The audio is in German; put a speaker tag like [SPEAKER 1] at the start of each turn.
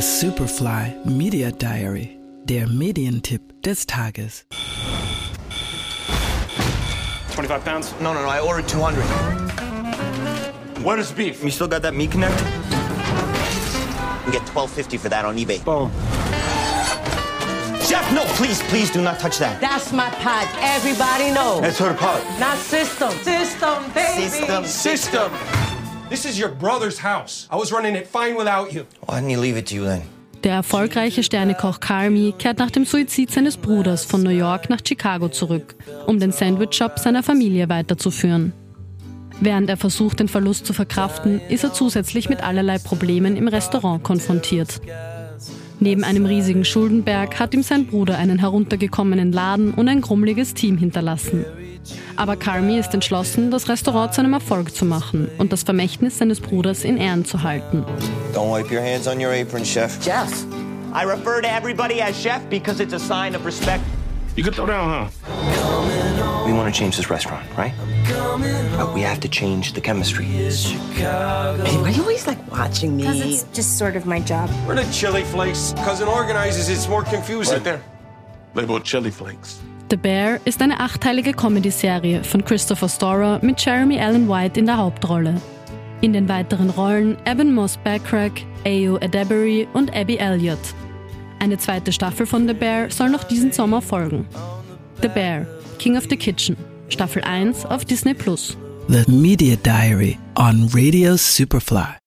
[SPEAKER 1] Superfly Media Diary, der Medientipp des Tages.
[SPEAKER 2] 25 pounds.
[SPEAKER 3] No, no, no. I ordered 200.
[SPEAKER 2] What is beef?
[SPEAKER 3] You still got that meat connect? You get 12.50 for that on eBay.
[SPEAKER 2] Bone.
[SPEAKER 3] Chef, no, please, please do not touch that.
[SPEAKER 4] That's my pot. Everybody knows.
[SPEAKER 3] That's her pot.
[SPEAKER 4] Not system. System, baby.
[SPEAKER 5] System! This is your brother's house. I was running it fine without you.
[SPEAKER 3] Why didn't he leave it to you then?
[SPEAKER 6] Der erfolgreiche Sternekoch Carmi kehrt nach dem Suizid seines Bruders von New York nach Chicago zurück, um den Sandwich-Shop seiner Familie weiterzuführen. Während er versucht, den Verlust zu verkraften, ist er zusätzlich mit allerlei Problemen im Restaurant konfrontiert. Neben einem riesigen Schuldenberg hat ihm sein Bruder einen heruntergekommenen Laden und ein grummeliges Team hinterlassen. Aber Carmi ist entschlossen, das Restaurant zu einem Erfolg zu machen und das Vermächtnis seines Bruders in Ehren zu halten.
[SPEAKER 3] Don't wipe your hands on your apron, Chef.
[SPEAKER 4] Jeff.
[SPEAKER 3] I refer to everybody as Chef because it's a sign of respect.
[SPEAKER 2] You could throw down, huh?
[SPEAKER 3] We want to change this restaurant, right? But we have to change the chemistry.
[SPEAKER 4] Babe, why are you always like watching
[SPEAKER 7] Because
[SPEAKER 4] me?
[SPEAKER 7] it's just sort of my job.
[SPEAKER 5] We're the chili flakes. Cousin organizes, it's more confusing.
[SPEAKER 2] Right there. Labeled chili flakes.
[SPEAKER 6] The Bear ist eine achteilige Comedy-Serie von Christopher Storer mit Jeremy Allen White in der Hauptrolle. In den weiteren Rollen Evan Moss Backrack, Ayo Adebury und Abby Elliott. Eine zweite Staffel von The Bear soll noch diesen Sommer folgen. The Bear, King of the Kitchen, Staffel 1 auf Disney Plus.
[SPEAKER 1] The Media Diary on Radio Superfly.